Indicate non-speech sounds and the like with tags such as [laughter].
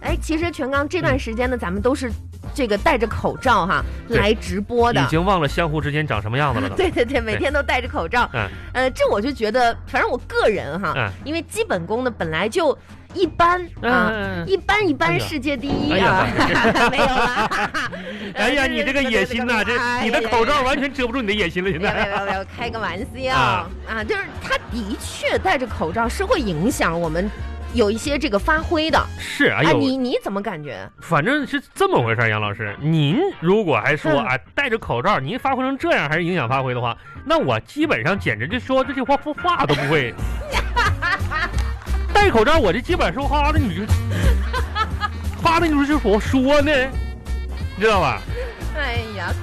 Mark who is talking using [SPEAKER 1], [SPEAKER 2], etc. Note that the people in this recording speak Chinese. [SPEAKER 1] 哎，其实全刚这段时间呢，咱们都是这个戴着口罩哈
[SPEAKER 2] 嗯对
[SPEAKER 1] 来直播的
[SPEAKER 2] 已。经忘了相互之间长什么样子了
[SPEAKER 1] [laughs]
[SPEAKER 2] 都。
[SPEAKER 1] 对对对，每天都戴着口罩。
[SPEAKER 2] 嗯
[SPEAKER 1] 呃，这我就觉得，反正我个人哈，
[SPEAKER 2] 嗯
[SPEAKER 1] 因为基本功呢本来就一般啊，
[SPEAKER 2] 嗯，
[SPEAKER 1] 一般一
[SPEAKER 2] 哎
[SPEAKER 1] 般，
[SPEAKER 2] 呀
[SPEAKER 1] 世界第一
[SPEAKER 2] 哎
[SPEAKER 1] 啊 [laughs]
[SPEAKER 2] 呀，
[SPEAKER 1] 没有
[SPEAKER 2] [laughs]
[SPEAKER 1] 啦。
[SPEAKER 2] 哎呀，你这个野心呐，这你的口罩完全遮不住你的野心了，现
[SPEAKER 1] 没哎有没有
[SPEAKER 2] 在。
[SPEAKER 1] 没有没有，开个玩笑啊
[SPEAKER 2] 啊
[SPEAKER 1] 就是他的确戴着口罩是会影响我们有一些这个发挥的。
[SPEAKER 2] 是，哎
[SPEAKER 1] 啊，
[SPEAKER 2] 呦，
[SPEAKER 1] 你你怎么感觉？
[SPEAKER 2] 反正是这么回事儿，杨老师，您如果还说
[SPEAKER 1] 嗯
[SPEAKER 2] 啊，戴着口罩，您发挥成这样还是影响发挥的话，那我基本上简直就说这句话说话都不
[SPEAKER 1] [laughs]
[SPEAKER 2] 会。戴口罩，我这基本上说话的你就，话的你说就说说呢，你知道吧？
[SPEAKER 1] 哎呀，